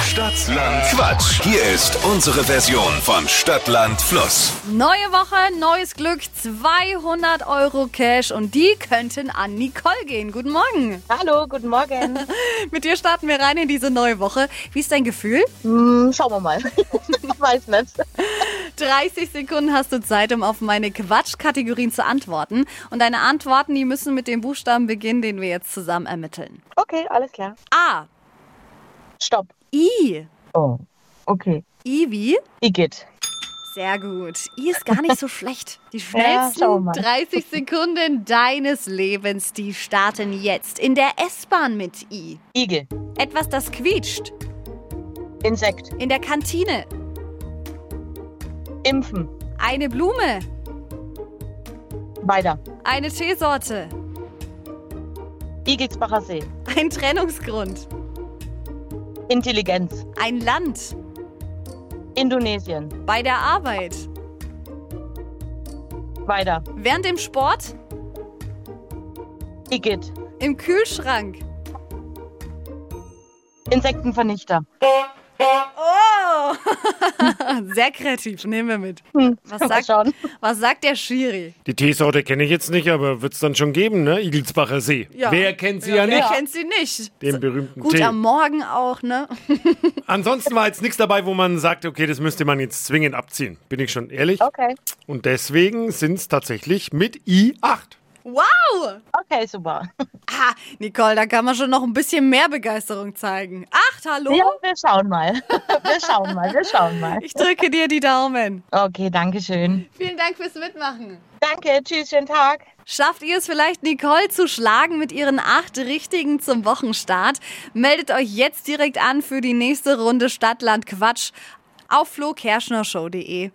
Stadtland Quatsch. Hier ist unsere Version von Stadtland Fluss. Neue Woche, neues Glück, 200 Euro Cash und die könnten an Nicole gehen. Guten Morgen. Hallo, guten Morgen. Mit dir starten wir rein in diese neue Woche. Wie ist dein Gefühl? Hm, schauen wir mal. Ich Weiß nicht. 30 Sekunden hast du Zeit, um auf meine Quatschkategorien zu antworten. Und deine Antworten, die müssen mit dem Buchstaben beginnen, den wir jetzt zusammen ermitteln. Okay, alles klar. A. Stopp. I. Oh, okay. I wie? Igitt. Sehr gut. I ist gar nicht so schlecht. Die schau schnellsten mal. 30 Sekunden deines Lebens, die starten jetzt in der S-Bahn mit I. Igel. Etwas, das quietscht. Insekt. In der Kantine. Impfen. Eine Blume. Weiter. Eine Teesorte. Igelsbacher See. Ein Trennungsgrund. Intelligenz. Ein Land. Indonesien. Bei der Arbeit. Weiter. Während dem Sport. Igitt. Im Kühlschrank. Insektenvernichter. Oh! Sehr kreativ, nehmen wir mit. Was Mal sagt, Hm, schauen. was sagt der Schiri? Die Teesorte kenne ich jetzt nicht, aber wird es dann schon geben, ne? Igelsbacher See. Wer kennt sie ja, Wer nicht? kennt sie nicht? Den berühmten Gut Tee. am Morgen auch, ne? Ansonsten war jetzt nichts dabei, wo man sagt, okay, das müsste man jetzt zwingend abziehen. Bin ich schon ehrlich. Okay. Und deswegen sind es tatsächlich mit I8. Wow! Okay, super. Ah, Nicole, da kann man schon noch ein bisschen mehr Begeisterung zeigen. Acht, hallo? Ja, wir schauen mal. Wir schauen mal. Wir schauen mal. Ich drücke dir die Daumen. Okay, danke schön. Vielen Dank fürs Mitmachen. Danke. Tschüss, schönen Tag. Schafft ihr es vielleicht, Nicole zu schlagen mit ihren acht Richtigen zum Wochenstart? Meldet euch jetzt direkt an für die nächste Runde Stadtland Quatsch auf flokerschnershow.de.